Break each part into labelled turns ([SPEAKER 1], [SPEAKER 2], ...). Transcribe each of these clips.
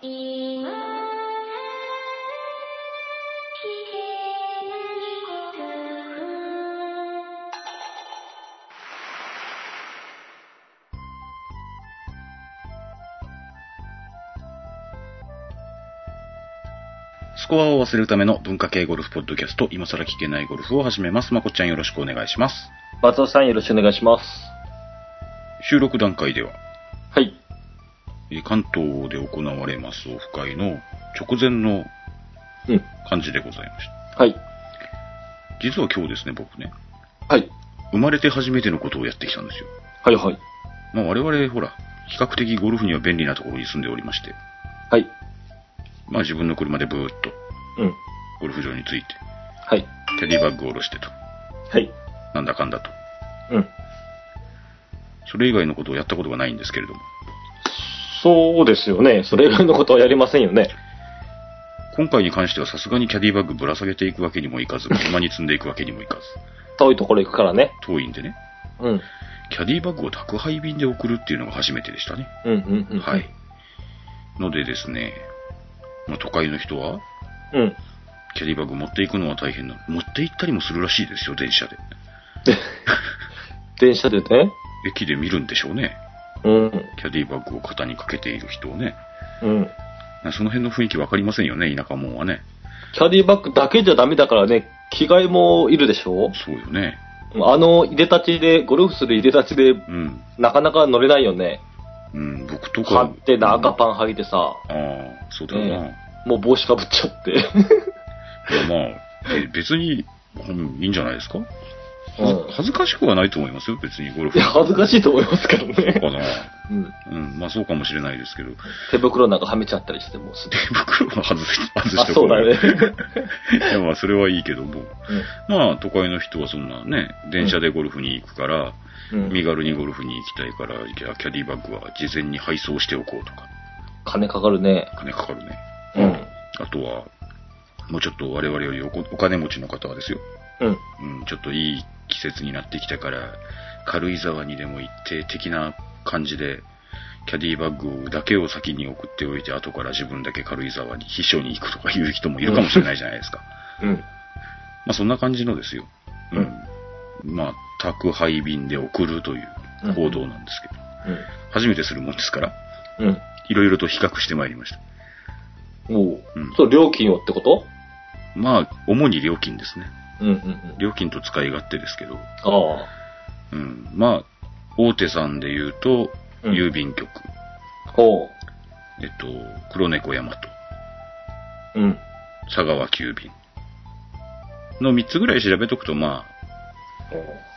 [SPEAKER 1] 今は聞けないこと
[SPEAKER 2] スコアを忘れるための文化系ゴルフポッドキャスト、今更聞けないゴルフを始めます。まこっちゃんよろしくお願いします。
[SPEAKER 3] 松尾さんよろしくお願いします。
[SPEAKER 2] 収録段階では、
[SPEAKER 3] はい。
[SPEAKER 2] えー関東で行われますオフ会の直前の
[SPEAKER 3] うん。
[SPEAKER 2] 感じでございまし
[SPEAKER 3] はい。
[SPEAKER 2] た。実は今日ですね、僕ね、
[SPEAKER 3] はい。
[SPEAKER 2] 生まれて初めてのことをやってきたんですよ。
[SPEAKER 3] はいはい。
[SPEAKER 2] まあ我々、ほら、比較的ゴルフには便利なところに住んでおりまして、
[SPEAKER 3] はい。
[SPEAKER 2] まあ自分の車でブーっと
[SPEAKER 3] うん。
[SPEAKER 2] ゴルフ場に着いて、
[SPEAKER 3] はい。
[SPEAKER 2] キャディバッグを下ろしてと、
[SPEAKER 3] はい。
[SPEAKER 2] なんだかんだと。
[SPEAKER 3] うん。
[SPEAKER 2] それ以外のことをやったことがないんですけれども、
[SPEAKER 3] そうですよね。それ以外のことはやりませんよね。
[SPEAKER 2] 今回に関してはさすがにキャディバッグぶら下げていくわけにもいかず、車に積んでいくわけにもいかず、
[SPEAKER 3] 遠いところ行くからね。
[SPEAKER 2] 遠いんでね、
[SPEAKER 3] うん。
[SPEAKER 2] キャディバッグを宅配便で送るっていうのが初めてでしたね。
[SPEAKER 3] うんうんうん。
[SPEAKER 2] はい。。のでですね、まあ、都会の人は、
[SPEAKER 3] うん。
[SPEAKER 2] キャディバッグ持っていくのは大変なの。持って行ったりもするらしいですよ、電車で。
[SPEAKER 3] 電車でね。
[SPEAKER 2] 駅で見るんでしょうね。
[SPEAKER 3] うん。
[SPEAKER 2] キャディバッグを肩にかけている人をね。
[SPEAKER 3] うん。
[SPEAKER 2] その辺の雰囲気わかりませんよね、田舎者はね。
[SPEAKER 3] キャディバッグだけじゃダメだからね、着替えもいるでしょ
[SPEAKER 2] そうよね。
[SPEAKER 3] あの、いでたちで、ゴルフするいでたちで、
[SPEAKER 2] うん。
[SPEAKER 3] なかなか乗れないよね。
[SPEAKER 2] うん、僕と
[SPEAKER 3] 買
[SPEAKER 2] か。
[SPEAKER 3] ってな、赤パン履いてさ、
[SPEAKER 2] ああ、そうだよな。
[SPEAKER 3] うんもう帽子かぶっちゃって。
[SPEAKER 2] いや、まあ、え別に、うんいいんじゃないですか、
[SPEAKER 3] うん
[SPEAKER 2] 恥ずかしくはないと思いますよ、別にゴル
[SPEAKER 3] い
[SPEAKER 2] フ。
[SPEAKER 3] や、恥ずかしいと思いますから
[SPEAKER 2] そう
[SPEAKER 3] ね。
[SPEAKER 2] かな。
[SPEAKER 3] うん。
[SPEAKER 2] うん、まあそうかもしれないですけど、
[SPEAKER 3] 手袋なんかはめちゃったりして、もうすで
[SPEAKER 2] 手袋は外し外
[SPEAKER 3] に。
[SPEAKER 2] し
[SPEAKER 3] あ、
[SPEAKER 2] て
[SPEAKER 3] そうだね。
[SPEAKER 2] いや、まあそれはいいけども、まあ都会の人はそんなね、電車でゴルフに行くから、
[SPEAKER 3] うん。
[SPEAKER 2] 身軽にゴルフに行きたいから、じゃあキャディバッグは事前に配送しておこうとか、
[SPEAKER 3] 金かかるね。
[SPEAKER 2] 金かかるね。
[SPEAKER 3] うん。
[SPEAKER 2] あとは、もうちょっと我々よりおこお金持ちの方はですよ、
[SPEAKER 3] うん。
[SPEAKER 2] うん、ちょっといい季節になってきたから、軽井沢にでも行って、的な感じで、キャディバッグだけを先に送っておいて、後から自分だけ軽井沢に、秘書に行くとかいう人もいるかもしれないじゃないですか。
[SPEAKER 3] うん。
[SPEAKER 2] まあそんな感じのですよ。うん。まあ、宅配便で送るという行動なんですけど、初めてするもんですから、
[SPEAKER 3] うん。
[SPEAKER 2] いろいろと比較してまいりました。
[SPEAKER 3] うん。おう
[SPEAKER 2] うん。
[SPEAKER 3] そう、料金をってこと
[SPEAKER 2] まあ、主に料金ですね。
[SPEAKER 3] うんうんうん。
[SPEAKER 2] 料金と使い勝手ですけど、
[SPEAKER 3] あ
[SPEAKER 2] うん。まあ、大手さんで言うと、
[SPEAKER 3] うん
[SPEAKER 2] 郵便局。
[SPEAKER 3] あ。おう。
[SPEAKER 2] えっと、黒猫山と
[SPEAKER 3] うん。
[SPEAKER 2] 佐川急便の3つぐらい調べとくと、まあ、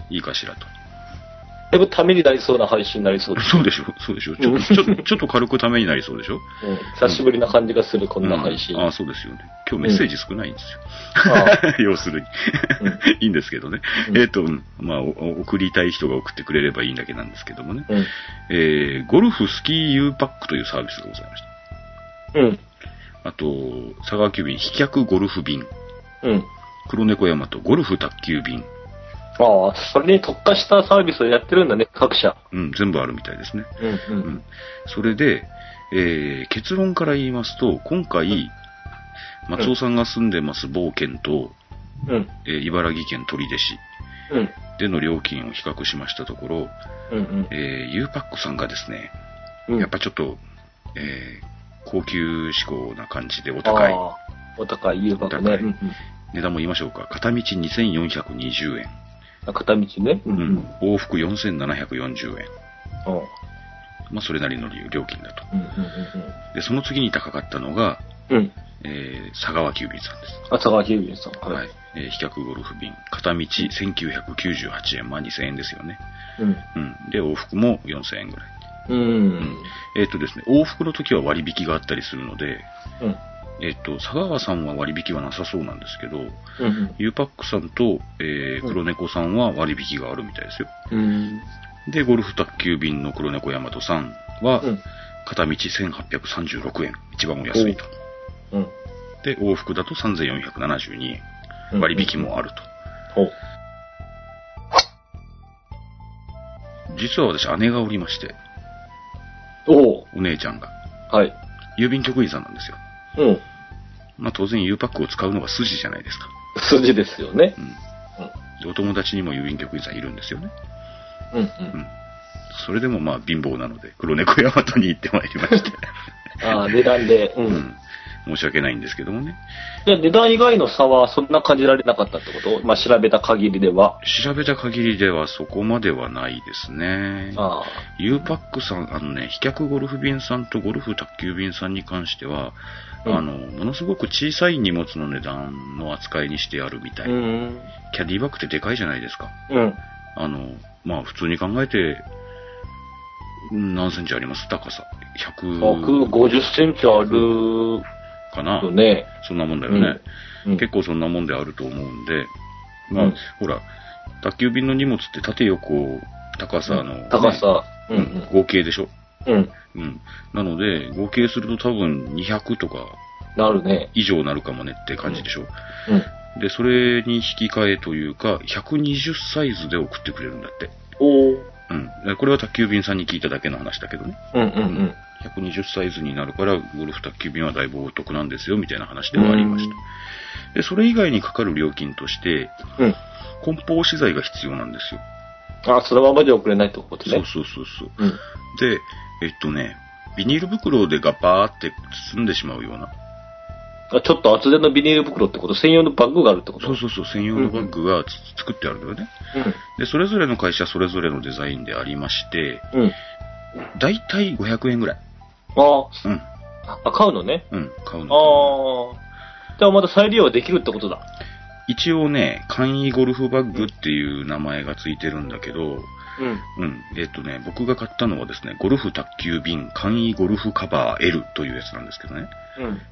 [SPEAKER 2] いいかしらと。
[SPEAKER 3] だいぶためになりそうな配信になりそうです。
[SPEAKER 2] そうでしょそうでしょちょっと、ちょっとちょっと軽くためになりそうでしょ
[SPEAKER 3] うん。久しぶりな感じがする、こんな配信。
[SPEAKER 2] うんああ、そうですよね。今日メッセージ少ないんです
[SPEAKER 3] あ
[SPEAKER 2] よ。 要するに。
[SPEAKER 3] うん
[SPEAKER 2] いいんですけどね。
[SPEAKER 3] うん
[SPEAKER 2] えっと、うんまあ、おお送りたい人が送ってくれればいいんだけなんですけどもね。
[SPEAKER 3] うん。
[SPEAKER 2] えー、ゴルフスキー U パックというサービスがございまし
[SPEAKER 3] うん。
[SPEAKER 2] た。あと、佐川急便飛脚ゴルフ便、
[SPEAKER 3] うん。
[SPEAKER 2] 黒猫山とゴルフ卓球便、
[SPEAKER 3] ああ、それに特化したサービスをやってるんだね、各社。
[SPEAKER 2] うん、全部あるみたいですね。
[SPEAKER 3] うん
[SPEAKER 2] う。ん、それで、えー結論から言いますと、今回、松尾さんが住んでます某県と、
[SPEAKER 3] うん。
[SPEAKER 2] えー茨城県取手市
[SPEAKER 3] うん。
[SPEAKER 2] での料金を比較しましたところ、
[SPEAKER 3] うん。
[SPEAKER 2] えー、ゆうぱっこさんがですね、
[SPEAKER 3] うん。
[SPEAKER 2] やっぱちょっと、えー高級志向な感じでお高い、
[SPEAKER 3] ああ。お高い、誘惑
[SPEAKER 2] お
[SPEAKER 3] ね。
[SPEAKER 2] 高い
[SPEAKER 3] うん
[SPEAKER 2] 値段も言いましょうか、片道2420円、
[SPEAKER 3] うん。片道ね。う。
[SPEAKER 2] うん
[SPEAKER 3] うん。
[SPEAKER 2] 往復4740円、まあ、それなりの料金だと。
[SPEAKER 3] うん。
[SPEAKER 2] で、その次に高かったのが、
[SPEAKER 3] うん。うん。
[SPEAKER 2] えー佐川急便さんです。
[SPEAKER 3] 朝川急便さん。
[SPEAKER 2] はい。。えー飛脚ゴルフ便、片道1998円、まあ2000円ですよね。
[SPEAKER 3] うん。
[SPEAKER 2] うん。で、往復も4000円ぐらい。
[SPEAKER 3] うん。
[SPEAKER 2] えっ、とですね、往復の時は割引があったりするので、
[SPEAKER 3] うん。
[SPEAKER 2] えっ、と、佐川さんは割引はなさそうなんですけど、
[SPEAKER 3] うん。
[SPEAKER 2] ゆうパックさんと、えー
[SPEAKER 3] うん
[SPEAKER 2] 黒猫さんは割引があるみたいですよ。
[SPEAKER 3] うん。
[SPEAKER 2] で、ゴルフ宅急便の黒猫大和さんは
[SPEAKER 3] う、ん。
[SPEAKER 2] 片道1836円、一番お安いと。
[SPEAKER 3] うん。
[SPEAKER 2] で、往復だと3472円、割引もあると。
[SPEAKER 3] ほう。
[SPEAKER 2] 実は私、姉がおりまして、
[SPEAKER 3] おう。
[SPEAKER 2] お姉ちゃんが。
[SPEAKER 3] はい。
[SPEAKER 2] 郵便局員さんなんですよ。
[SPEAKER 3] うん。
[SPEAKER 2] まあ当然 U パックを使うのが筋じゃないですか。
[SPEAKER 3] 筋ですよね
[SPEAKER 2] う。ん。でお友達にも郵便局員さんいるんですよね。
[SPEAKER 3] うん。うん。
[SPEAKER 2] うん。それでもまあ貧乏なので、黒猫大和に行ってまいりまして。
[SPEAKER 3] ああ、値段で。 う。
[SPEAKER 2] うんん。申し訳ないんですけどもね。
[SPEAKER 3] じゃあ値段以外の差はそんな感じられなかったってことまあ調べた限りでは。
[SPEAKER 2] 調べた限りではそこまではないですね。
[SPEAKER 3] あ
[SPEAKER 2] U パックさん、あのね、飛脚ゴルフ便さんとゴルフ宅急便さんに関しては、
[SPEAKER 3] うん
[SPEAKER 2] あの、ものすごく小さい荷物の値段の扱いにしてあるみた
[SPEAKER 3] あ。
[SPEAKER 2] い。
[SPEAKER 3] うん。
[SPEAKER 2] キャディバッグってでかいじゃないですか。
[SPEAKER 3] うん。
[SPEAKER 2] あの、まあ普通に考えて、うん何センチあります高さ。100
[SPEAKER 3] 150センチある
[SPEAKER 2] かな、
[SPEAKER 3] よね。
[SPEAKER 2] そんなもんだよね、
[SPEAKER 3] うん
[SPEAKER 2] 結構そんなもんであると思うんで、まあ、
[SPEAKER 3] うん
[SPEAKER 2] ほら、宅急便の荷物って縦横、高さの、
[SPEAKER 3] 高さ。う
[SPEAKER 2] ね、
[SPEAKER 3] ん
[SPEAKER 2] 合計でしょ。
[SPEAKER 3] うん。う
[SPEAKER 2] う
[SPEAKER 3] ん。
[SPEAKER 2] ん。なので、合計すると多分200とか
[SPEAKER 3] なるね。
[SPEAKER 2] 以上なるかもねって感じでしょ。
[SPEAKER 3] うん。
[SPEAKER 2] で、それに引き換えというか、120サイズで送ってくれるんだって。
[SPEAKER 3] おー
[SPEAKER 2] うん。でこれは宅急便さんに聞いただけの話だけどね。
[SPEAKER 3] うんうん
[SPEAKER 2] 120サイズになるから、ゴルフ宅急便はだいぶお得なんですよ、みたいな話ではありました。で、それ以外にかかる料金として、
[SPEAKER 3] うん。うん。
[SPEAKER 2] 梱包資材が必要なんですよ。
[SPEAKER 3] あ、そのままじゃ送れないってこと
[SPEAKER 2] そう
[SPEAKER 3] ね。
[SPEAKER 2] そうそうそう。
[SPEAKER 3] うん。
[SPEAKER 2] で、えっとね、ビニール袋でガバーって包んでしまうような、
[SPEAKER 3] あちょっと厚手のビニール袋ってこと専用のバッグがあるってこと
[SPEAKER 2] そうそうそう、専用のバッグがつ作ってあるんだよね。で、それぞれの会社それぞれのデザインでありまして、
[SPEAKER 3] うん。うん。
[SPEAKER 2] だいたい500円ぐらい。
[SPEAKER 3] あ
[SPEAKER 2] うん、
[SPEAKER 3] あ、あ、買うのね。
[SPEAKER 2] うん、買うの。
[SPEAKER 3] ああ。じゃあまた再利用できるってことだ。
[SPEAKER 2] 一応ね、簡易ゴルフバッグっていう名前がついてるんだけど、
[SPEAKER 3] うん。
[SPEAKER 2] うん。えっ、とね、僕が買ったのはですね、ゴルフ宅急便簡易ゴルフカバー L というやつなんですけどね。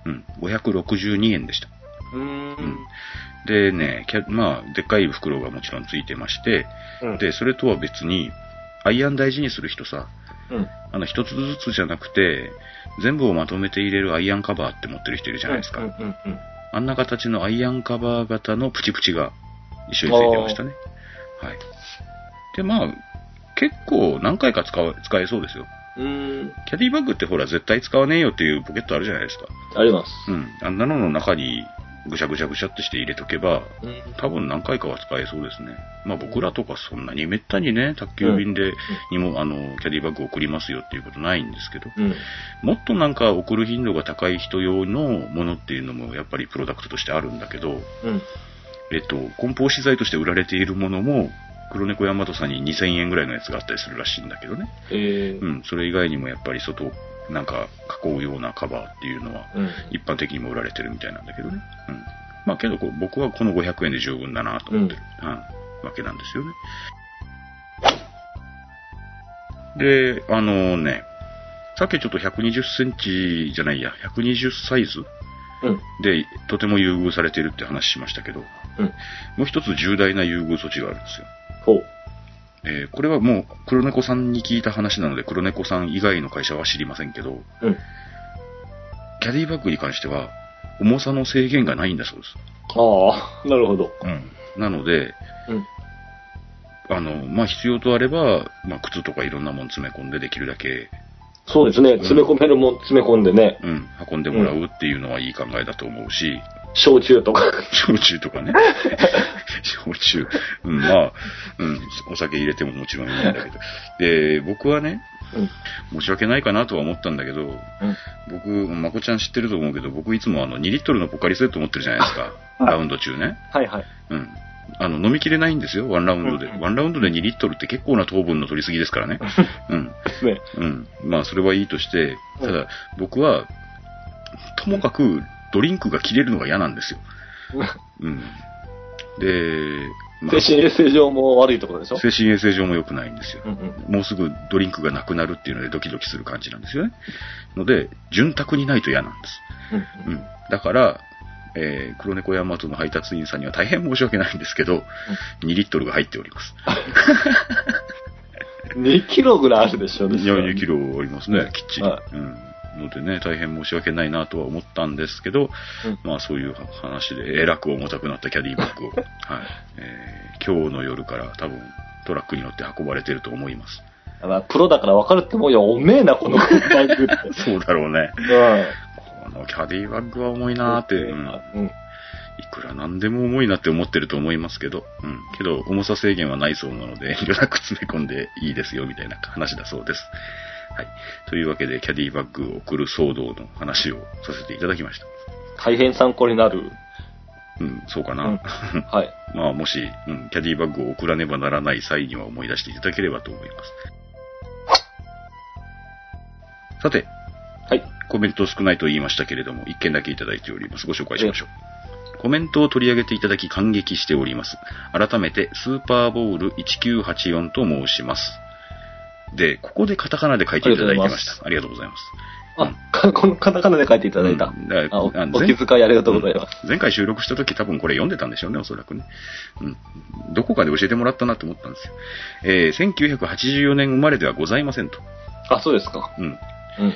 [SPEAKER 2] うん。562円でした。
[SPEAKER 3] うん。うーん。
[SPEAKER 2] でね、キャまあ、でっかい袋がもちろんついてまして、
[SPEAKER 3] うん。
[SPEAKER 2] で、それとは別に、アイアン大事にする人さ、
[SPEAKER 3] うん。
[SPEAKER 2] あの、一つずつじゃなくて、全部をまとめて入れるアイアンカバーって持ってる人いるじゃないですか。
[SPEAKER 3] うんうんうん。
[SPEAKER 2] あんな形のアイアンカバー型のプチプチが一緒についてましたね。はい。で、まあ、結構何回か使わ使えそうですよ。
[SPEAKER 3] うーん。
[SPEAKER 2] キャディバッグってほら絶対使わねえよっていうポケットあるじゃないですか。
[SPEAKER 3] あります。
[SPEAKER 2] うん。あんなのの中にぐしゃぐしゃぐしゃってして入れとけば、
[SPEAKER 3] うん。
[SPEAKER 2] 多分何回かは使えそうですね。まあ僕らとかそんなにめったにね、宅急便でにも、あの、キャディバッグ送りますよっていうことないんですけど、
[SPEAKER 3] うん。
[SPEAKER 2] もっとなんか送る頻度が高い人用のものっていうのもやっぱりプロダクトとしてあるんだけど、
[SPEAKER 3] うん。
[SPEAKER 2] えっと、梱包資材として売られているものも、黒猫大和さんに2000円ぐらいのやつがあったりするらしいんだけどね。
[SPEAKER 3] ええ。。
[SPEAKER 2] うんん、それ以外にもやっぱり外、なんか囲うようなカバーっていうのは、
[SPEAKER 3] うん。
[SPEAKER 2] 一般的にも売られてるみたいなんだけどね。うん。まあけどこう、僕はこの500円で十分だなと思ってる、うんわけなんですよね。で、あのね、さっきちょっと120センチじゃないや、120サイズ
[SPEAKER 3] うん。
[SPEAKER 2] で、とても優遇されているって話しましたけど、
[SPEAKER 3] うん。
[SPEAKER 2] もう一つ重大な優遇措置があるんですよ。
[SPEAKER 3] ほう。
[SPEAKER 2] えーこれはもう黒猫さんに聞いた話なので、黒猫さん以外の会社は知りませんけど、
[SPEAKER 3] うん。
[SPEAKER 2] キャディバッグに関しては、重さの制限がないんだそうです。
[SPEAKER 3] ああ、 なるほど。
[SPEAKER 2] うん。なので、
[SPEAKER 3] うん。
[SPEAKER 2] あの、まあ、必要とあれば、まあ、靴とかいろんなもん詰め込んでできるだけ、
[SPEAKER 3] そうですね。詰め込めるもん詰め込んでね。
[SPEAKER 2] うん、運んでもらうっていうのはいい考えだと思うし、
[SPEAKER 3] 焼酎とか。
[SPEAKER 2] 焼酎とか ね。焼酎。うん、まあ、うん、お酒入れてももちろんいいんだけど。で、僕はね、
[SPEAKER 3] うん。
[SPEAKER 2] 申し訳ないかなとは思ったんだけど、僕、まこちゃん知ってると思うけど、僕いつもあの2リットルのポカリスエット持ってるじゃないですか。
[SPEAKER 3] はい
[SPEAKER 2] ラウンド中ね。
[SPEAKER 3] はいはい。
[SPEAKER 2] うん。あの、飲みきれないんですよ、ワンラウンドで。
[SPEAKER 3] うんうん
[SPEAKER 2] ワンラウンドで2リットルって結構な糖分の取りすぎですからね。うん。
[SPEAKER 3] ね。
[SPEAKER 2] うん。まあ、それはいいとして、
[SPEAKER 3] うん
[SPEAKER 2] ただ、僕は、ともかく、ドリンクが切れるのが嫌なんですよ。うん。で、まあ
[SPEAKER 3] 精神衛生上も悪いところでしょ
[SPEAKER 2] 精神衛生上も良くないんですよ
[SPEAKER 3] う。んうん。
[SPEAKER 2] もうすぐドリンクがなくなるっていうのでドキドキする感じなんですよね。ので、潤沢にないと嫌なんです。
[SPEAKER 3] うん
[SPEAKER 2] うん。だから、えー黒猫ヤマトの配達員さんには大変申し訳ないんですけど、2リットルが入っております。
[SPEAKER 3] うん。2キロぐらいあるでしょ
[SPEAKER 2] いや、2キ
[SPEAKER 3] ロ。
[SPEAKER 2] ロありますね、きっちり。
[SPEAKER 3] は
[SPEAKER 2] うん。のでね、大変申し訳ないなとは思ったんですけど、
[SPEAKER 3] うん
[SPEAKER 2] まあそういう話で、えらく重たくなったキャディバッグ を、はい。えー今日の夜から多分トラックに乗って運ばれてると思います。
[SPEAKER 3] まあ、プロだから分かるって思うよ。おめえな、このバイ クって。
[SPEAKER 2] そうだろうね。
[SPEAKER 3] う。
[SPEAKER 2] このキャディバッグは重いなーって、うんん。
[SPEAKER 3] うん。
[SPEAKER 2] いくらなんでも重いなって思ってると思いますけど、うん。けど、重さ制限はないそうなので、い ろんなく詰め込んでいいですよ、みたいな話だそうです。はい。というわけで、キャディバッグを送る騒動の話をさせていただきました。
[SPEAKER 3] 大変参考になる。
[SPEAKER 2] うん、そうか
[SPEAKER 3] う
[SPEAKER 2] な。
[SPEAKER 3] ん。はい。
[SPEAKER 2] まあ、もし、うん、キャディバッグを送らねばならない際には思い出していただければと思います。さて、
[SPEAKER 3] はい。
[SPEAKER 2] コメント少ないと言いましたけれども、一件だけいただいております。ご紹介しましょう。コメントを取り上げていただき感激しております。改めて、スーパーボール1984と申します。で、ここでカタカナで書いていただいてました。ありがとうございます。
[SPEAKER 3] あ、 かこのカタカナで書いていただいた。
[SPEAKER 2] うんだから
[SPEAKER 3] あおお
[SPEAKER 2] あ
[SPEAKER 3] 気遣いありがとうございます。
[SPEAKER 2] 前回収録した時多分これ読んでたんでしょうね、おそらくね。うん。どこかで教えてもらったなと思ったんですよ。えー、1984年生まれではございませんと。
[SPEAKER 3] あ、そうですか。
[SPEAKER 2] うん。
[SPEAKER 3] うん。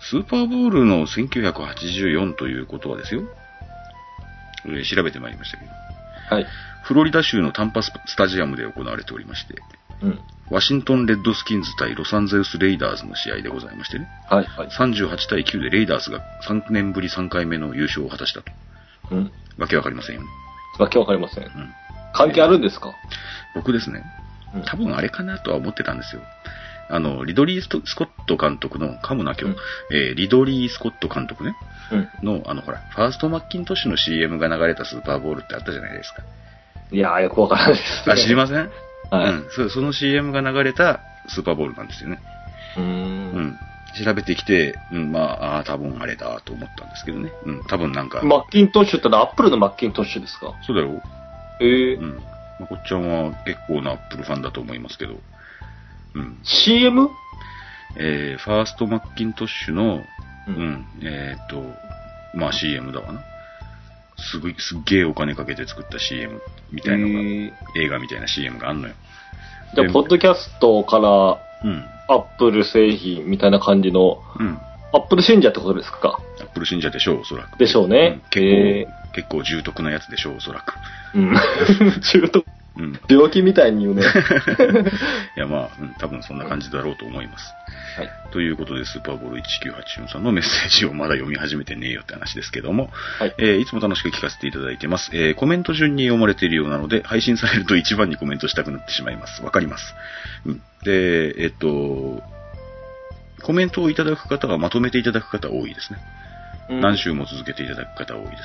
[SPEAKER 2] スーパーボールの1984ということはですよ。えー調べてまいりましたけど。
[SPEAKER 3] はい。
[SPEAKER 2] フロリダ州のタンパススタジアムで行われておりまして、
[SPEAKER 3] うん。
[SPEAKER 2] ワシントンレッドスキンズ対ロサンゼルスレイダーズの試合でございましてね。
[SPEAKER 3] はい。はい。
[SPEAKER 2] 38対9でレイダーズが3年ぶり3回目の優勝を果たしたと。
[SPEAKER 3] うん。
[SPEAKER 2] わけわかりませんよね。
[SPEAKER 3] わけわかりません。
[SPEAKER 2] うん。
[SPEAKER 3] 関係あるんですか
[SPEAKER 2] 僕ですね。
[SPEAKER 3] うん。
[SPEAKER 2] 多分あれかなとは思ってたんですよ。あの、リドリー・スコット監督の、かもな今日、えーリドリー・スコット監督ね、
[SPEAKER 3] うん。
[SPEAKER 2] の、あの、ほら、ファースト・マッキントッシュの CM が流れたスーパーボールってあったじゃないですか。
[SPEAKER 3] いやー、よくわからないです、
[SPEAKER 2] あ、知りません、。
[SPEAKER 3] はいう
[SPEAKER 2] んそ。その CM が流れたスーパーボールなんですよね。
[SPEAKER 3] うー。
[SPEAKER 2] うんん。調べてきて、うん、まあ、あー多分あれだと思ったんですけどね。うん、多分なんか、
[SPEAKER 3] マッキントッシュってのはアップルのマッキントッシュですか
[SPEAKER 2] そうだよ。
[SPEAKER 3] ええ
[SPEAKER 2] うん。まこっちゃんは結構なアップルファンだと思いますけど、うん。
[SPEAKER 3] CM?
[SPEAKER 2] えー、ファースト・マッキントッシュの、
[SPEAKER 3] う
[SPEAKER 2] う。ん。えーっと、まあ CM だわな。すごい、すっげえお金かけて作った CM みたいのが、
[SPEAKER 3] え
[SPEAKER 2] 映画みたいな CM があんのよ。
[SPEAKER 3] ーじゃ
[SPEAKER 2] で
[SPEAKER 3] あ、ポッドキャストから
[SPEAKER 2] うん。
[SPEAKER 3] アップル製品みたいな感じの、
[SPEAKER 2] うん。
[SPEAKER 3] アップル信者ってことですか
[SPEAKER 2] アップル信者でしょう、おそらく。
[SPEAKER 3] でしょう
[SPEAKER 2] う
[SPEAKER 3] ね。
[SPEAKER 2] ん結構、
[SPEAKER 3] え
[SPEAKER 2] 結構重篤なやつでしょう、おそらく。
[SPEAKER 3] ーうん。 中途、
[SPEAKER 2] うん。い
[SPEAKER 3] 病気みたいに言うね。
[SPEAKER 2] や、まあ、うん、多分そんな感じだろうと思います。ということで、スーパーボール1984さんのメッセージをまだ読み始めてねえよって話ですけども、
[SPEAKER 3] はい
[SPEAKER 2] えーいつも楽しく聞かせていただいてます。えーコメント順に読まれているようなので、配信されると一番にコメントしたくなってしまいます。わかります。うん、で、えっと、コメントをいただく方はまとめていただく方多いですね。
[SPEAKER 3] うん
[SPEAKER 2] 何週も続けていただく方多いです。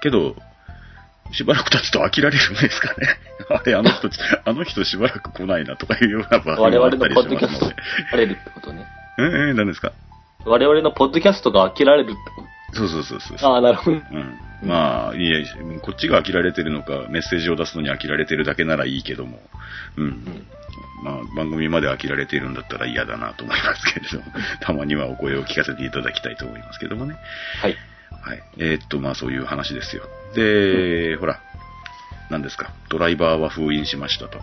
[SPEAKER 2] けど、しばらく経つと飽きられるんですかね。 あれ、あの 人、あの人しばらく来ないなとかいうような場合
[SPEAKER 3] 我
[SPEAKER 2] もあ
[SPEAKER 3] 々
[SPEAKER 2] ったり
[SPEAKER 3] の
[SPEAKER 2] し
[SPEAKER 3] ポッドキ
[SPEAKER 2] ます
[SPEAKER 3] ャス
[SPEAKER 2] ので
[SPEAKER 3] トが。飽きられるってことね。
[SPEAKER 2] ええ何ですか
[SPEAKER 3] 我々のポッドキャストが飽きられるってこ
[SPEAKER 2] そうそうそうそう
[SPEAKER 3] と。ああ、なるほど。
[SPEAKER 2] うんまあ、いや、こっちが飽きられてるのか、メッセージを出すのに飽きられてるだけならいいけども、うん。まあ、番組まで飽きられているんだったら嫌だなと思いますけれども、 たまにはお声を聞かせていただきたいと思いますけどもね。
[SPEAKER 3] はい。
[SPEAKER 2] はい。えーっと、まあ、そういう話ですよ。で、ほら、何ですか、ドライバーは封印しましたと。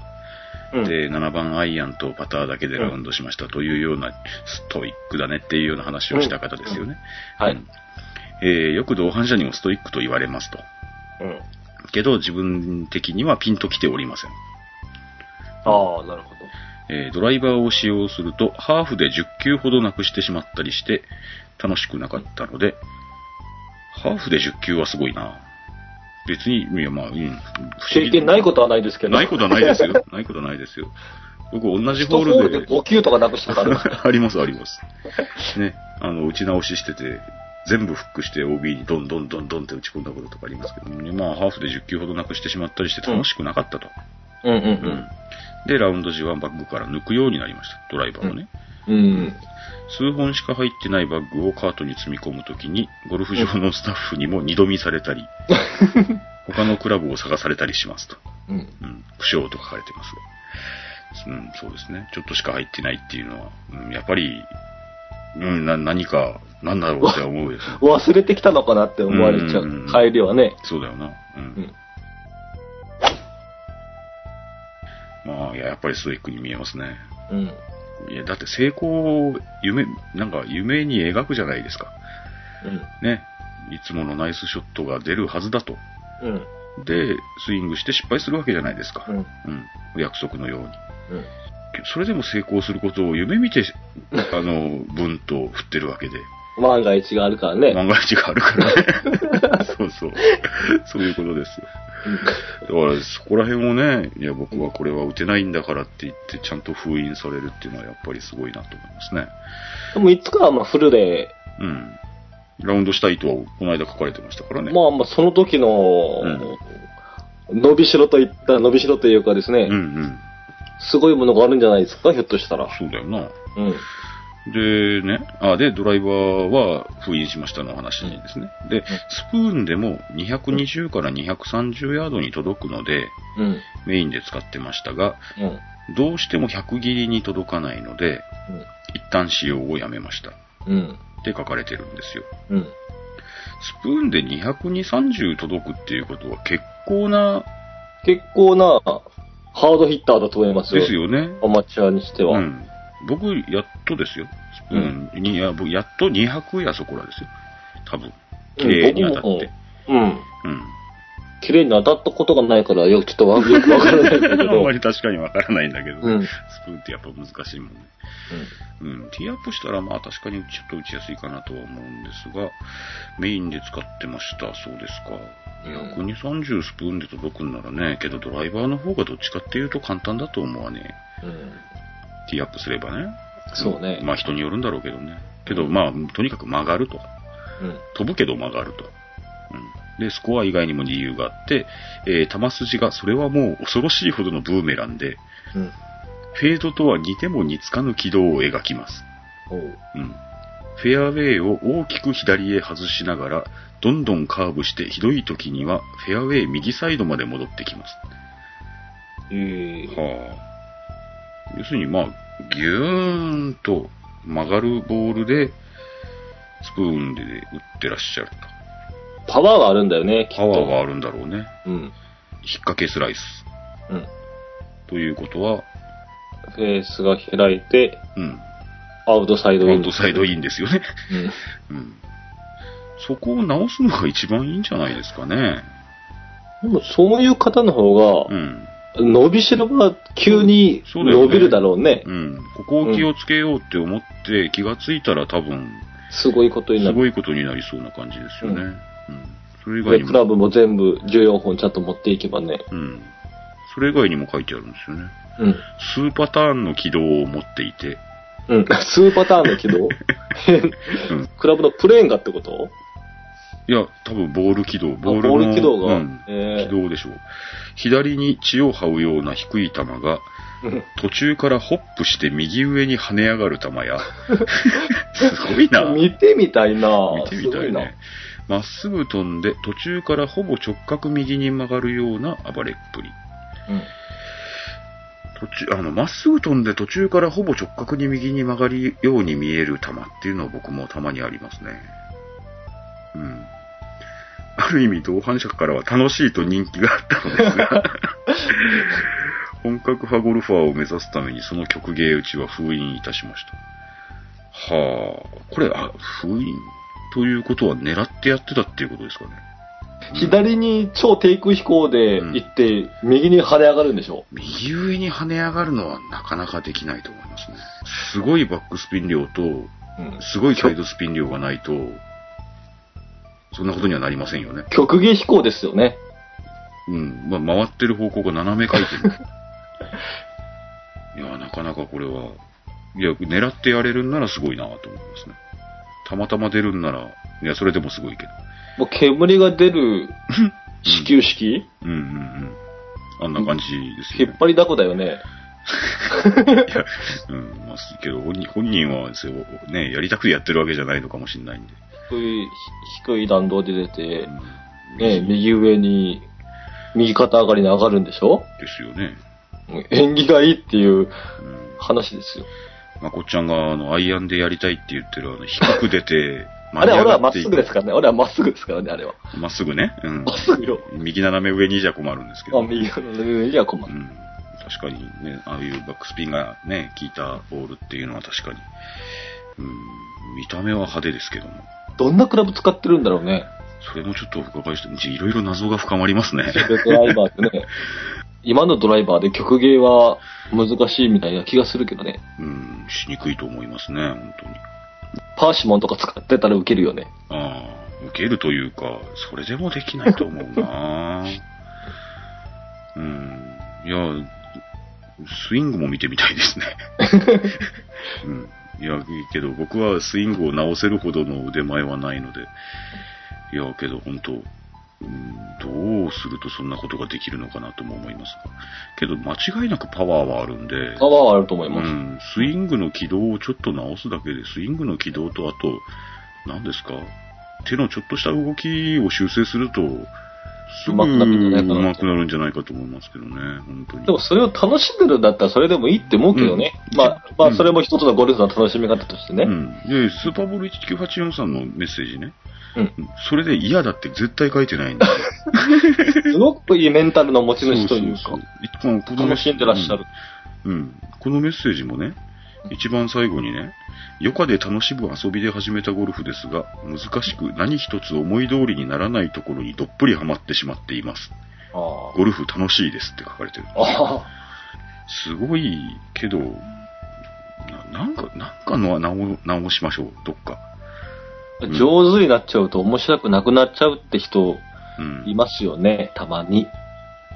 [SPEAKER 3] うん
[SPEAKER 2] で、7番アイアンとパターだけでラウンドしましたというような、ストイックだねっていうような話をした方ですよね。
[SPEAKER 3] うんは
[SPEAKER 2] う
[SPEAKER 3] い
[SPEAKER 2] ん。えーよく同伴者にもストイックと言われますと。
[SPEAKER 3] うん。
[SPEAKER 2] けど、自分的にはピンと来ておりません。
[SPEAKER 3] ああ、なるほど。
[SPEAKER 2] えードライバーを使用すると、ハーフで10球ほどなくしてしまったりして、楽しくなかったので、ハーフで10球はすごいな別に、いや、まあ、うん。不思
[SPEAKER 3] 経
[SPEAKER 2] 議
[SPEAKER 3] 験ないことはないですけど。
[SPEAKER 2] ないことはないですよ。ないことはないですよ。僕、同じホールで
[SPEAKER 3] 一、5球とかなくしたから。
[SPEAKER 2] あります、あります。ね、あの、打ち直ししてて、全部フックして OB にどんどんどんどんって打ち込んだこととかありますけどもね、まあ、ハーフで10球ほどなくしてしまったりして楽しくなかったと。
[SPEAKER 3] うんう
[SPEAKER 2] うん
[SPEAKER 3] ん
[SPEAKER 2] で、ラウンド時はバッグから抜くようになりました、ドライバーをね。
[SPEAKER 3] うん。うん。
[SPEAKER 2] 数本しか入ってないバッグをカートに積み込むときに、ゴルフ場のスタッフにも二度見された り、他のクラブを探されたりしますと。
[SPEAKER 3] うん。
[SPEAKER 2] うん、苦笑と書かれてますが。うん、そうですね。ちょっとしか入ってないっていうのは、うん、やっぱり、うん、な、何か、なんだろうって思う ですね。
[SPEAKER 3] 忘れてきたのかなって思われちゃ
[SPEAKER 2] うんうんう。
[SPEAKER 3] うん帰りはね。
[SPEAKER 2] そうだよな。うん。
[SPEAKER 3] うん
[SPEAKER 2] まあ、いや、やっぱりストイックに見えますね。
[SPEAKER 3] うん。
[SPEAKER 2] いや、だって成功を夢、なんか夢に描くじゃないですか。ね。いつものナイスショットが出るはずだと。
[SPEAKER 3] うん。うん。
[SPEAKER 2] で、スイングして失敗するわけじゃないですか。
[SPEAKER 3] うん。
[SPEAKER 2] うん。お約束のように。
[SPEAKER 3] うん。
[SPEAKER 2] それでも成功することを夢見て、あの、文と振ってるわけで、
[SPEAKER 3] 万が一があるからね。
[SPEAKER 2] 万が一があるからね。そうそう。そういうことです。だから、そこら辺をね、いや、僕はこれは打てないんだからって言って、ちゃんと封印されるっていうのはやっぱりすごいなと思いますね。
[SPEAKER 3] でもいつかはまあフルで、
[SPEAKER 2] うん。ラウンドしたいとは、この間書かれてましたからね。
[SPEAKER 3] まあまあその時の、伸びしろといった伸びしろというかですね、
[SPEAKER 2] うんうん。
[SPEAKER 3] すごいものがあるんじゃないですか、ひょっとしたら。
[SPEAKER 2] そうだよな。
[SPEAKER 3] うん。
[SPEAKER 2] でね、あ、で、ドライバーは封印しましたの話ですね。で、スプーンでも220から230ヤードに届くので、
[SPEAKER 3] うん。
[SPEAKER 2] メインで使ってましたが、
[SPEAKER 3] うん。
[SPEAKER 2] どうしても100切りに届かないので、一旦使用をやめました。っ
[SPEAKER 3] うん。
[SPEAKER 2] て書かれてるんですよ。
[SPEAKER 3] うん。
[SPEAKER 2] スプーンで200、30届くっていうことは結構な、
[SPEAKER 3] 結構な、ハードヒッターだと思いますよ。
[SPEAKER 2] ですよね。
[SPEAKER 3] アマチュアにして
[SPEAKER 2] う
[SPEAKER 3] は。
[SPEAKER 2] ん。僕、やっとですよ。スプーンに、いや、僕、やっと200やそこらですよ。多分。綺麗に当たって。
[SPEAKER 3] うん。
[SPEAKER 2] うん。
[SPEAKER 3] 綺麗に当たったことがないから、 よくちょっとわよくわからないんだけ
[SPEAKER 2] あん
[SPEAKER 3] ど
[SPEAKER 2] ま。り確かにわからないんだけど、
[SPEAKER 3] うん。
[SPEAKER 2] スプーンってやっぱ難しいもんね。うん、ティーアップしたらまあ確かにちょっと打ちやすいかなとは思うんですが、メインで使ってました、そうですか。230スプーンで届くんならね、けどドライバーの方がどっちかっていうと簡単だと思わね
[SPEAKER 3] うん。うん。
[SPEAKER 2] ティーアップすればね。
[SPEAKER 3] そうね。
[SPEAKER 2] まあ人によるんだろうけどね。けどまあ、とにかく曲がると。
[SPEAKER 3] うん。
[SPEAKER 2] 飛ぶけど曲がると。うん、で、スコア以外にも理由があって、えー球筋が、それはもう恐ろしいほどのブーメランで、
[SPEAKER 3] うん。
[SPEAKER 2] フェードとは似ても似つかぬ軌道を描きます。
[SPEAKER 3] おう。
[SPEAKER 2] うん。フェアウェイを大きく左へ外しながら、どんどんカーブして、ひどい時にはフェアウェイ右サイドまで戻ってきます。
[SPEAKER 3] ええ。
[SPEAKER 2] はあ、要するに、まあ、ぎゅーんと曲がるボールで、スプーンで打ってらっしゃると。
[SPEAKER 3] パワーがあるんだよね、きっと。
[SPEAKER 2] パワーがあるんだろうね。
[SPEAKER 3] うん。
[SPEAKER 2] 引っ掛けスライス。
[SPEAKER 3] うん。
[SPEAKER 2] ということは、
[SPEAKER 3] フェースが開いて、
[SPEAKER 2] うん。
[SPEAKER 3] アウトサイド
[SPEAKER 2] アウトサイド
[SPEAKER 3] イ
[SPEAKER 2] インですよね。
[SPEAKER 3] ン。うん。
[SPEAKER 2] うん。そこを直すのが一番いいんじゃないですかね。
[SPEAKER 3] でもそういう方の方
[SPEAKER 2] う
[SPEAKER 3] が、
[SPEAKER 2] ん。
[SPEAKER 3] 伸びしろが急に
[SPEAKER 2] そうだよね
[SPEAKER 3] 伸びるだろうね。
[SPEAKER 2] うん。ここを気をつけようって思って気がついたら多分、
[SPEAKER 3] すごいことにな
[SPEAKER 2] す
[SPEAKER 3] る。
[SPEAKER 2] ごいことになりそうな感じですよね。う
[SPEAKER 3] う
[SPEAKER 2] んん。それ以外
[SPEAKER 3] で、
[SPEAKER 2] に
[SPEAKER 3] クラ
[SPEAKER 2] も、
[SPEAKER 3] ブも全部14本ちゃんと持っていけばね。
[SPEAKER 2] うん。それ以外にも書いてあるんですよね。
[SPEAKER 3] うん。
[SPEAKER 2] 数パターンの軌道を持っていて、
[SPEAKER 3] うん。数パターンの軌道
[SPEAKER 2] うん
[SPEAKER 3] クラブのプレーンがってこと
[SPEAKER 2] いや、多分ボール軌道、ボール
[SPEAKER 3] あ
[SPEAKER 2] の
[SPEAKER 3] 軌道が。
[SPEAKER 2] うん、
[SPEAKER 3] え
[SPEAKER 2] 軌道でしょう。左に血を這うような低い球が、
[SPEAKER 3] ー
[SPEAKER 2] 途中からホップして右上に跳ね上がる球 や、すごいな。
[SPEAKER 3] 見てみたいな
[SPEAKER 2] 見てみたいね。まっすぐ飛んで、途中からほぼ直角右に曲がるような暴れっぷり。
[SPEAKER 3] すごいな
[SPEAKER 2] 途中、あの、まっすぐ飛んで途中からほぼ直角に右に曲がるように見える球っていうのは僕もたまにありますね。うん。ある意味、同伴者からは楽しいと人気があったのです が、本格派ゴルファーを目指すためにその曲芸打ちは封印いたしました。はあ、これ、あ、封印ということは狙ってやってたっていうことですかね。
[SPEAKER 3] うん左に超低空飛行で行って、右に跳ね上がるんでしょ
[SPEAKER 2] 右上に跳ね上がるのはなかなかできないと思いますね。すごいバックスピン量と、
[SPEAKER 3] うん
[SPEAKER 2] すごいサイドスピン量がないと、そんなことにはなりませんよね。
[SPEAKER 3] 曲芸飛行ですよね。
[SPEAKER 2] うん。まあ、回ってる方向が斜め回転。 いや、なかなかこれは、いや、狙ってやれるんならすごいなと思いますね。たまたま出るんなら、いや、それでもすごいけど。
[SPEAKER 3] もう煙が出る始球式、
[SPEAKER 2] うんうんうん。あんな感じですよ
[SPEAKER 3] 引っ
[SPEAKER 2] ね。
[SPEAKER 3] 張りだこだよね。
[SPEAKER 2] うん。まあ、すけど本人、本人はですよ、ね、やりたくてやってるわけじゃないのかもしれないんで。
[SPEAKER 3] 低い、低い弾道で出て、
[SPEAKER 2] うん
[SPEAKER 3] ね、右上に、右肩上がりに上がるんでしょ
[SPEAKER 2] ですよね。
[SPEAKER 3] うん縁起がいいっていう
[SPEAKER 2] うん
[SPEAKER 3] 話ですよ。
[SPEAKER 2] まこっちゃんが、あの、アイアンでやりたいって言ってる、あの、低く出て、
[SPEAKER 3] あれは俺はまっすぐですすからね。俺はまっすぐですからね、あれは。
[SPEAKER 2] まっすぐね。うん
[SPEAKER 3] ま。っすぐよ。
[SPEAKER 2] 右斜め上にじゃ困るんですけど。
[SPEAKER 3] あ、
[SPEAKER 2] うん。
[SPEAKER 3] 右上には困る。
[SPEAKER 2] 確かにね、ああいうバックスピンがね、効いたボールっていうのは確かに、うん、見た目は派手ですけども、
[SPEAKER 3] どんなクラブ使ってるんだろうね。
[SPEAKER 2] それもちょっとお伺いして、いろいろ謎が深まりますね。
[SPEAKER 3] ドライバーってね。今のドライバーで曲芸は難しいみたいな気がするけどね。
[SPEAKER 2] うん、しにくいと思いますね、本当に。
[SPEAKER 3] パーシモンとか使ってたらウケるよね。
[SPEAKER 2] ああ、受けるというか、それでもできないと思うな うん。いや、スイングも見てみたいですね。 うん。いや、いいけど、僕はスイングを直せるほどの腕前はないので。いや、けど、本当うん、どうするとそんなことができるのかなとも思いますが。けど、間違いなくパワーはあるんで。
[SPEAKER 3] パワーはあると思いうます。
[SPEAKER 2] ん、スイングの軌道をちょっと直すだけで、スイングの軌道と、あと、何ですか、手のちょっとした動きを修正すると、すぐ
[SPEAKER 3] うまくなるんじゃないかな
[SPEAKER 2] 上手くなるんじゃないかと思いますけどね、本当に。
[SPEAKER 3] でもそれを楽しんでるんだったらそれでもいいって思うけどね。
[SPEAKER 2] うん
[SPEAKER 3] まあ、ま
[SPEAKER 2] うん
[SPEAKER 3] あそれも一つのゴルフの楽しみ方としてね。
[SPEAKER 2] うん、で、スーパーボール19843さんのメッセージね、
[SPEAKER 3] うん
[SPEAKER 2] それで嫌だって絶対書いてないんです よ。
[SPEAKER 3] すごくいいメンタルの持ち主という
[SPEAKER 2] そう
[SPEAKER 3] か、
[SPEAKER 2] そうそうこの
[SPEAKER 3] 楽しんでらっしゃる。
[SPEAKER 2] うん。このメッセージもね、一番最後にね、余暇で楽しむ遊びで始めたゴルフですが、難しく何一つ思い通りにならないところにどっぷりハマってしまっています。
[SPEAKER 3] あ
[SPEAKER 2] ゴルフ楽しいですって書かれてる。
[SPEAKER 3] ああ
[SPEAKER 2] すごいけど、ななんか、なんかのは直直しましょう、どっか。
[SPEAKER 3] あ、上手になっちゃうと面白くなくなっちゃうって人
[SPEAKER 2] うん。
[SPEAKER 3] いますよね、たまに。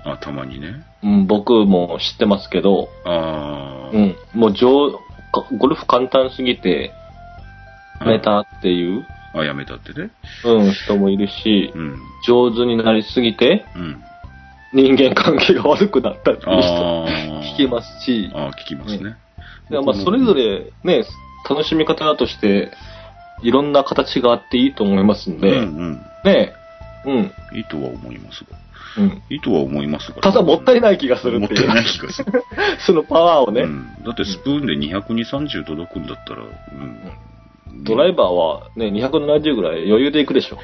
[SPEAKER 2] あ、たまにね。
[SPEAKER 3] うん、僕も知ってますけど、
[SPEAKER 2] あ
[SPEAKER 3] うん、もう上、かゴルフ簡単すぎて、
[SPEAKER 2] あ、
[SPEAKER 3] やめたっていう、
[SPEAKER 2] あ、やめたってね。
[SPEAKER 3] うん、人もいるし
[SPEAKER 2] う、ん。
[SPEAKER 3] 上手になりすぎて、
[SPEAKER 2] うん。
[SPEAKER 3] 人間関係が悪くなったっていう人
[SPEAKER 2] ああ。
[SPEAKER 3] 聞きますし、
[SPEAKER 2] ああ、聞きますね。
[SPEAKER 3] いやまあそれぞれね、楽しみ方として、いろんな形があっていいと思いますん
[SPEAKER 2] うん
[SPEAKER 3] で、
[SPEAKER 2] うん。
[SPEAKER 3] ね、うん、
[SPEAKER 2] いいとは思いますが。
[SPEAKER 3] うん。
[SPEAKER 2] いいとは思いますが。
[SPEAKER 3] ただもったい
[SPEAKER 2] な
[SPEAKER 3] ない気がする
[SPEAKER 2] も
[SPEAKER 3] っ
[SPEAKER 2] ってた
[SPEAKER 3] い、
[SPEAKER 2] いうない気がする。
[SPEAKER 3] そのパワーをね、
[SPEAKER 2] うん。だってスプーンで200、230届くんだったら、うん。
[SPEAKER 3] ドライ
[SPEAKER 2] ー
[SPEAKER 3] バーはね、270ぐらい余裕でいくでしょ。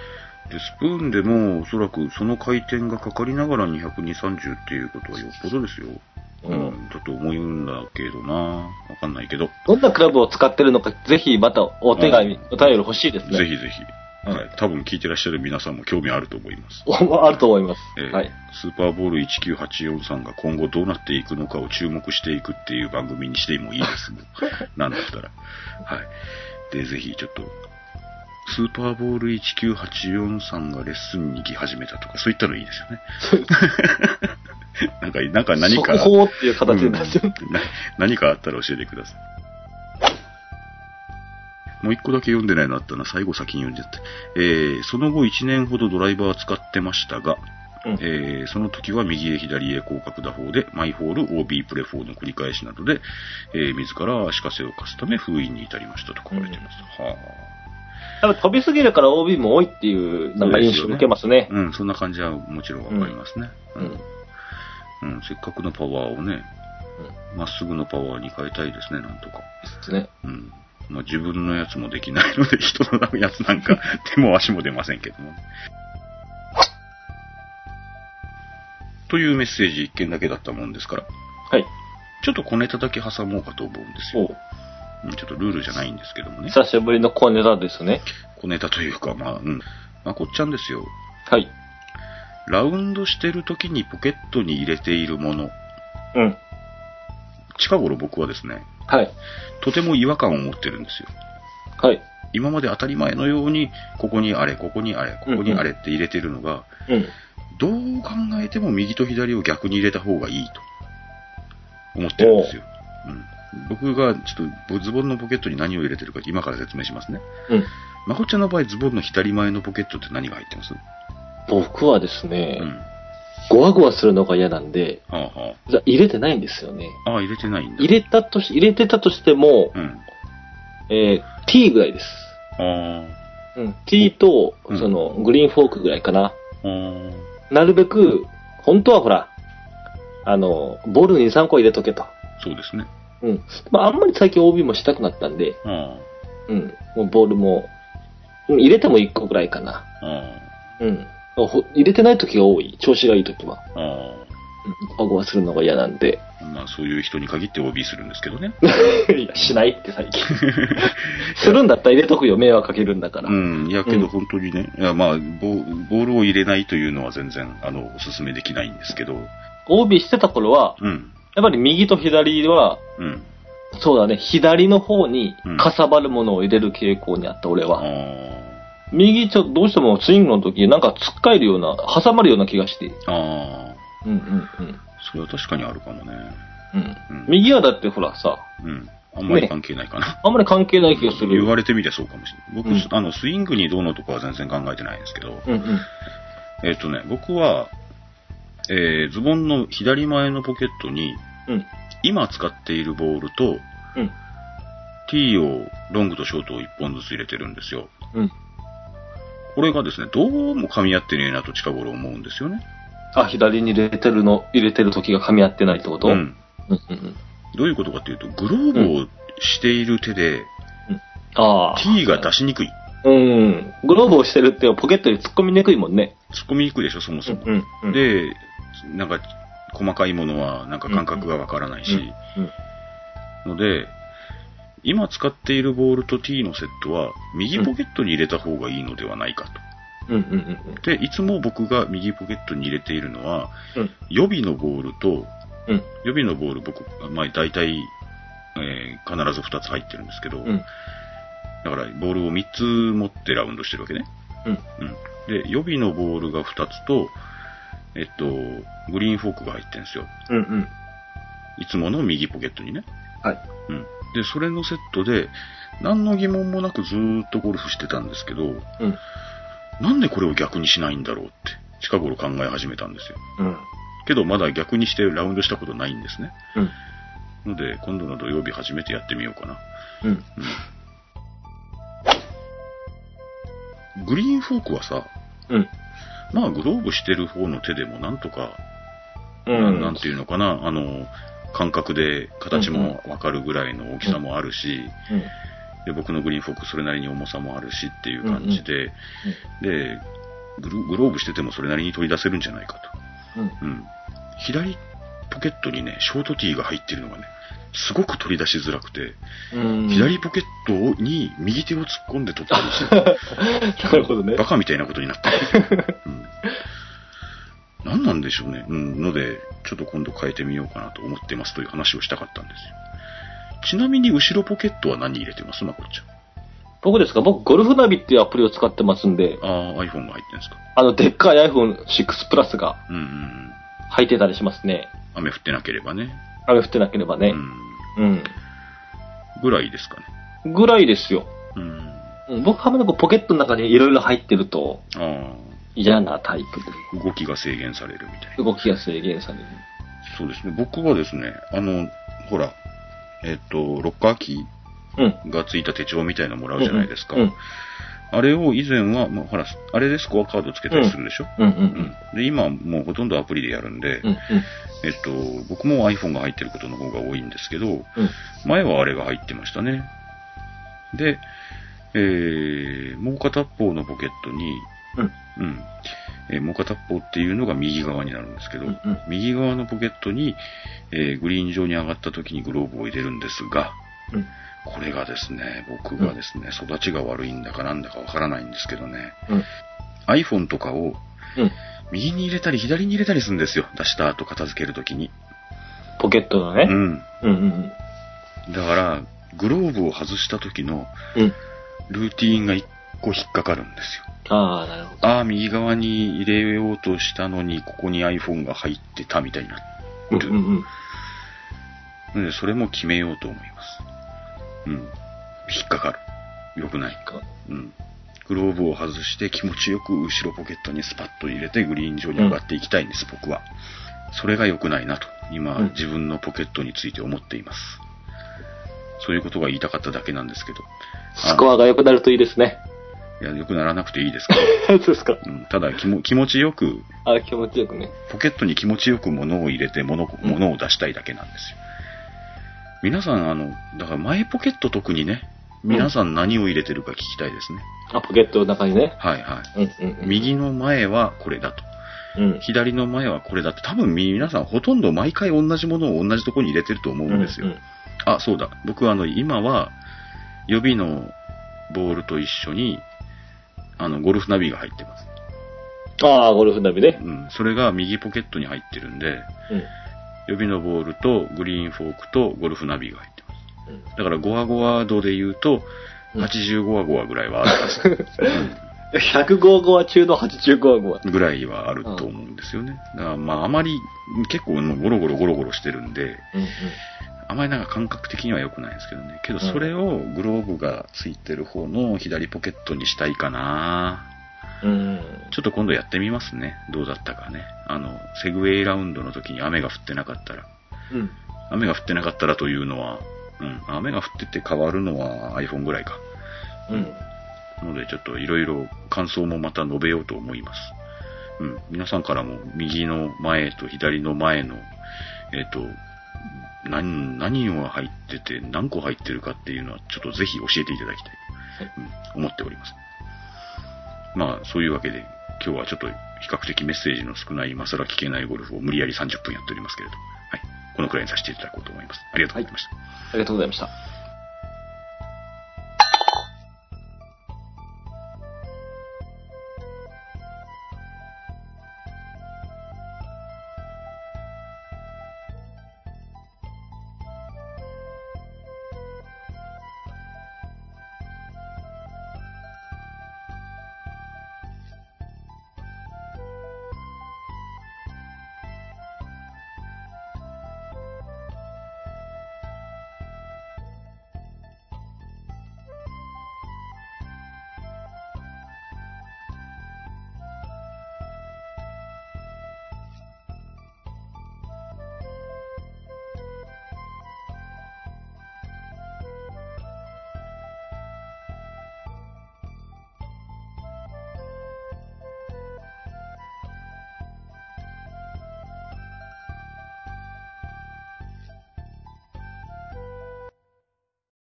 [SPEAKER 2] で、スプーンでも、おそらくその回転がかかりながら200、230っていうことはよっぽどですよ。
[SPEAKER 3] うん
[SPEAKER 2] だと思うんだけどなわかんないけど。
[SPEAKER 3] どんなクラブを使ってるのか、ぜひまたお手紙、お便り欲しいですね。
[SPEAKER 2] ぜひぜひ。
[SPEAKER 3] うん
[SPEAKER 2] はい。多分聞いてらっしゃる皆さんも興味あると思います。
[SPEAKER 3] おあると思います。
[SPEAKER 2] えー
[SPEAKER 3] はい。
[SPEAKER 2] スーパーボール1984さんが今後どうなっていくのかを注目していくっていう番組にしてもいいです もん。なんだったら。はい。で、ぜひちょっと、スーパーボール1984さんがレッスンに行き始めたとか、そういったのいいですよね。 なんか、なんか何か、
[SPEAKER 3] 速報っていう形
[SPEAKER 2] う
[SPEAKER 3] に
[SPEAKER 2] ん
[SPEAKER 3] な
[SPEAKER 2] な
[SPEAKER 3] っちゃう。
[SPEAKER 2] 何かあったら教えてください。もう一個だけ読んでないのあったな。最後先に読んじゃって。えー、その後1年ほどドライバーを使ってましたが、
[SPEAKER 3] うん
[SPEAKER 2] えーその時は右へ左へ広角打法で、マイホール、OB プレ4の繰り返しなどで、えー自ら足かせを貸すため封印に至りましたと書かれています。は
[SPEAKER 3] ただ飛びすぎるから OB も多いっていう、なんか印象を受けますね
[SPEAKER 2] あ。。うん、そんな感じはもちろんわかりますね。
[SPEAKER 3] う
[SPEAKER 2] うんう
[SPEAKER 3] ん。
[SPEAKER 2] んせっかくのパワーをね、まっすぐのパワーに変えたいですね、なんとか。
[SPEAKER 3] ですね。
[SPEAKER 2] うん。まあ、自分のやつもできないので、人のやつなんか手も足も出ませんけども。というメッセージ一件だけだったもんですから、
[SPEAKER 3] はい。
[SPEAKER 2] ちょっと小ネタだけ挟もうかと思うんですよ。うんちょっとルールじゃないんですけどもね。
[SPEAKER 3] 久しぶりの小ネタですね。
[SPEAKER 2] 小ネタというか、まあ、うん。まこっちゃんですよ。
[SPEAKER 3] はい。
[SPEAKER 2] ラウンドしてる時にポケットに入れているもの。
[SPEAKER 3] うん。
[SPEAKER 2] 近頃僕はですね、
[SPEAKER 3] はい。
[SPEAKER 2] とても違和感を持ってるんですよ。
[SPEAKER 3] はい。
[SPEAKER 2] 今まで当たり前のように、ここにあれ、ここにあれ、ここにあれって入れてるのが、
[SPEAKER 3] うん。
[SPEAKER 2] どう考えても右と左を逆に入れた方がいいと思ってるんですよ。うん、僕がちょっとズボンのポケットに何を入れてるか今から説明しますね。
[SPEAKER 3] うん。
[SPEAKER 2] まこっちゃんの場合、ズボンの左前のポケットって何が入ってます
[SPEAKER 3] 僕はですね
[SPEAKER 2] う、ん。
[SPEAKER 3] ごわごわするのが嫌なんで、
[SPEAKER 2] はあは
[SPEAKER 3] じゃあ入れてないんですよね。
[SPEAKER 2] あ。ああ、入れてないんだ。
[SPEAKER 3] 入れたとし、入れてたとしても、
[SPEAKER 2] うん。
[SPEAKER 3] えー、T ぐらいです。
[SPEAKER 2] あ
[SPEAKER 3] うん。T と
[SPEAKER 2] う、ん
[SPEAKER 3] その、グリーンフォークぐらいかな。
[SPEAKER 2] あ。あ
[SPEAKER 3] なるべく、本当はほら、あの、ボール2、3個入れとけと。
[SPEAKER 2] あ。そうですね。
[SPEAKER 3] うん。まあ、あんまり最近 OB もしたくなったんで、
[SPEAKER 2] あ
[SPEAKER 3] うん。もうボールも、うん入れても1個ぐらいかな。
[SPEAKER 2] あ。あ
[SPEAKER 3] うん。ほ入れてない時が多い。調子がいい時は。
[SPEAKER 2] あ。あ
[SPEAKER 3] うん。ごわごわするのが嫌なんで。
[SPEAKER 2] あ。まあ、そういう人に限って OB するんですけどね。
[SPEAKER 3] いや、しないって最近。 するんだったら入れとくよ。迷惑かけるんだから。
[SPEAKER 2] うん、いやけ
[SPEAKER 3] う
[SPEAKER 2] ど
[SPEAKER 3] ん
[SPEAKER 2] 本当にね、いやまあボ、ボールを入れないというのは全然あのお勧めできないんですけど、
[SPEAKER 3] 帯してた頃は、
[SPEAKER 2] うん。
[SPEAKER 3] やっぱり右と左は、
[SPEAKER 2] うん。
[SPEAKER 3] そうだね、左の方に
[SPEAKER 2] うん
[SPEAKER 3] かさばるものを入れる傾向にあった、俺
[SPEAKER 2] あ
[SPEAKER 3] は。
[SPEAKER 2] あ
[SPEAKER 3] 右ちょっとどうしてもスイングの時、なんか突っかえるような、挟まるような気がして。
[SPEAKER 2] ー。ああ。
[SPEAKER 3] うんうんうん。
[SPEAKER 2] それは確かにあるかもね。
[SPEAKER 3] うん。
[SPEAKER 2] うん。
[SPEAKER 3] 右はだってほらさ、
[SPEAKER 2] うん。あんまり関係ないかな。
[SPEAKER 3] あんまり関係ない気がする。
[SPEAKER 2] 言われてみてそうかもしれない。僕、
[SPEAKER 3] うん
[SPEAKER 2] あの、スイングにどうのとかは全然考えてないんですけど、
[SPEAKER 3] うんうん。
[SPEAKER 2] えっ、とね、僕は、えー、ズボンの左前のポケットに、
[SPEAKER 3] うん
[SPEAKER 2] 今使っているボールと、
[SPEAKER 3] うん
[SPEAKER 2] T を、ロングとショートを1本ずつ入れてるんですよ。
[SPEAKER 3] うん
[SPEAKER 2] これがですね、どうも噛み合ってねえなと近頃思うんですよね。
[SPEAKER 3] あ、左に入れてるの、入れてる時が噛み合ってないってこと、
[SPEAKER 2] うん。
[SPEAKER 3] うんうんうん
[SPEAKER 2] どういうことかっていうと、グローブをしている手で、
[SPEAKER 3] ああ。
[SPEAKER 2] T が出しにくい。
[SPEAKER 3] うん。グローブをしてるってポケットに突っ込みにくいもんね。
[SPEAKER 2] 突っ込みにくいでしょ、そもそも。
[SPEAKER 3] んうん、
[SPEAKER 2] で、なんか、細かいものは、なんか感覚がわからないし、
[SPEAKER 3] うん
[SPEAKER 2] ので、今使っているボールと T のセットは、右ポケットに入れた方がいいのではないか
[SPEAKER 3] うんうんうん
[SPEAKER 2] と。で、いつも僕が右ポケットに入れているのは、
[SPEAKER 3] うん
[SPEAKER 2] 予備のボールと、
[SPEAKER 3] うん
[SPEAKER 2] 予備のボール僕、まあ、大体、えー必ず2つ入ってるんですけど、
[SPEAKER 3] うん。うん。
[SPEAKER 2] だから、ボールを3つ持ってラウンドしてるわけね。
[SPEAKER 3] うん。
[SPEAKER 2] で、予備のボールが2つと、えっと、グリーンフォークが入ってるんですよ。
[SPEAKER 3] うんうん。
[SPEAKER 2] いつもの右ポケットにね。
[SPEAKER 3] はい。
[SPEAKER 2] うん。で、それのセットで、何の疑問もなくずーっとゴルフしてたんですけど、
[SPEAKER 3] うん。
[SPEAKER 2] なんでこれを逆にしないんだろうって、近頃考え始めたんですよ。
[SPEAKER 3] うん。
[SPEAKER 2] けど、まだ逆にしてラウンドしたことないんですね。
[SPEAKER 3] うん。
[SPEAKER 2] ので、今度の土曜日初めてやってみようかな。
[SPEAKER 3] うん。
[SPEAKER 2] グリーンフォークはさ、
[SPEAKER 3] うん。
[SPEAKER 2] まあ、グローブしてる方の手でもなんとか、
[SPEAKER 3] うん。
[SPEAKER 2] なんていうのかな、あの、感覚で形もわかるぐらいの大きさもあるし、
[SPEAKER 3] うん。
[SPEAKER 2] で、僕のグリーンフォークそれなりに重さもあるしっていう感じで、で、グログローブしててもそれなりに取り出せるんじゃないか
[SPEAKER 3] うん。
[SPEAKER 2] と。うん。左ポケットにね、ショートティーが入ってるのがね、すごく取り出しづらくて、
[SPEAKER 3] うん。
[SPEAKER 2] 左ポケットに右手を突っ込んで取ったりして、
[SPEAKER 3] なるほどね
[SPEAKER 2] バ。カみたいなことになって る。うん何なんでしょうね。うん。ので、ちょっと今度変えてみようかなと思ってますという話をしたかったんですよ。ちなみに後ろポケットは何入れてますまこっち
[SPEAKER 3] 僕ですか僕、ゴルフナビっていうアプリを使ってますんで、
[SPEAKER 2] ゃん。ああ、iPhone が入ってるんですか。
[SPEAKER 3] あの、でっかい iPhone6 プラスが
[SPEAKER 2] うんうんうん。
[SPEAKER 3] 入ってたりしますね。
[SPEAKER 2] 雨降ってなければね。
[SPEAKER 3] 雨降ってなければね
[SPEAKER 2] う。ん。
[SPEAKER 3] うん。
[SPEAKER 2] ぐらいですかね。
[SPEAKER 3] ぐらいですよ。
[SPEAKER 2] うん。
[SPEAKER 3] うん、僕はあんまりこうポケットの中にいろいろ入ってると
[SPEAKER 2] あ
[SPEAKER 3] 嫌なタイプ
[SPEAKER 2] あ、動きが制限されるみたいな。
[SPEAKER 3] で、動きが制限される。
[SPEAKER 2] そうですね。僕はですね、あの、ほら、えっと、ロッカーキ
[SPEAKER 3] うん。
[SPEAKER 2] ーがついた手帳みたいなのもらうじゃないですか。
[SPEAKER 3] うん。
[SPEAKER 2] あれを以前は、まあ、ほら、あれでスコアカードつけたりするでしょ、
[SPEAKER 3] うん。うん。う
[SPEAKER 2] うんん。で、今はもうほとんどアプリでやるんで、
[SPEAKER 3] うん。うん。
[SPEAKER 2] えっと、僕も iPhone が入ってることの方が多いんですけど、
[SPEAKER 3] うん
[SPEAKER 2] 前はあれが入ってましたね。で、えー、もう片方のポケットに、うん。えーもう片方っていうのが右側になるんですけど、
[SPEAKER 3] うんうん
[SPEAKER 2] 右側のポケットに、えーグリーン上に上がった時にグローブを入れるんですが、
[SPEAKER 3] うん
[SPEAKER 2] これがですね、僕がですね、育ちが悪いんだかなんだかわからないんですけどね、
[SPEAKER 3] うん
[SPEAKER 2] iPhone とかを
[SPEAKER 3] うん。
[SPEAKER 2] 右に入れたり左に入れたりするんですよ。出した後片付けるときに。
[SPEAKER 3] ポケットのね
[SPEAKER 2] う。ん。
[SPEAKER 3] うん。うん。
[SPEAKER 2] だから、グローブを外した時の
[SPEAKER 3] うん。うん。
[SPEAKER 2] ルーティーンが一個引っかかるんですよ。
[SPEAKER 3] ああ、なるほ
[SPEAKER 2] ああ、右側に入れようとしたのに、ここに iPhone が入ってたみたいにな
[SPEAKER 3] ど。
[SPEAKER 2] る。
[SPEAKER 3] うん。うん。
[SPEAKER 2] ので、それも決めようと思います。うん。引っかかる。よくない。うん。グローブを外して気持ちよく後ろポケットにスパッと入れてグリーン上に上がっていきたいんです、僕は。それが良くないなと、今、
[SPEAKER 3] うん
[SPEAKER 2] 自分のポケットについて思っています。そういうことが言いたかっただけなんですけど。
[SPEAKER 3] スコアが良くなるといいですね。
[SPEAKER 2] いや、良くならなくていいですけど。
[SPEAKER 3] そうですか。
[SPEAKER 2] うん、ただ気も、気持ちよく、
[SPEAKER 3] あ気持ちよくね。
[SPEAKER 2] ポケットに気持ちよく物を入れて物を、
[SPEAKER 3] うん
[SPEAKER 2] 物を出したいだけなんですよ。皆さん、あの、だから前ポケット特にね、皆さん何を入れてるか聞きたいですね。
[SPEAKER 3] あ、ポケットの中にね。
[SPEAKER 2] はいはい。
[SPEAKER 3] うんうんうん。
[SPEAKER 2] 右の前はこれだと。
[SPEAKER 3] うん。
[SPEAKER 2] 左の前はこれだって、多分皆さんほとんど毎回同じものを同じところに入れてると思うんですよ。
[SPEAKER 3] うんうん
[SPEAKER 2] あ、そうだ。僕はあの、今は予備のボールと一緒に、あの、ゴルフナビが入ってます。
[SPEAKER 3] ああ、ゴルフナビね。
[SPEAKER 2] うん、それが右ポケットに入ってるんで、
[SPEAKER 3] うん。
[SPEAKER 2] 予備のボールとグリーンフォークとゴルフナビが入ってます。
[SPEAKER 3] うん
[SPEAKER 2] だから5話5話度で言うと、
[SPEAKER 3] うん
[SPEAKER 2] 85話5話ぐらいはあるはず
[SPEAKER 3] 105話中の85話後は。
[SPEAKER 2] ぐらいはあると思うんですよね。だからまああまり結構もうゴロゴロゴロゴロしてるんで、
[SPEAKER 3] うんうん。
[SPEAKER 2] あまりなんか感覚的には良くないんですけどね。けどそれをグローブがついてる方の左ポケットにしたいかな
[SPEAKER 3] うん。
[SPEAKER 2] ちょっと今度やってみますね。どうだったかね。あの、セグウェイラウンドの時に雨が降ってなかったら。
[SPEAKER 3] うん。
[SPEAKER 2] 雨が降ってなかったらというのは、うん、雨が降ってて変わるのは iPhone ぐらいか。
[SPEAKER 3] うん。
[SPEAKER 2] ので、ちょっといろいろ感想もまた述べようと思います。うん、皆さんからも右の前と左の前の、えっ、と、何、何を入ってて、何個入ってるかっていうのは、ちょっとぜひ教えていただきたい、うん、思っております。まあ、そういうわけで、今日はちょっと比較的メッセージの少ない、今更聞けないゴルフを無理やり30分やっておりますけれど、はい、このくらいにさせていただこうと思います。ありがとうございました。
[SPEAKER 3] ありがとうございました。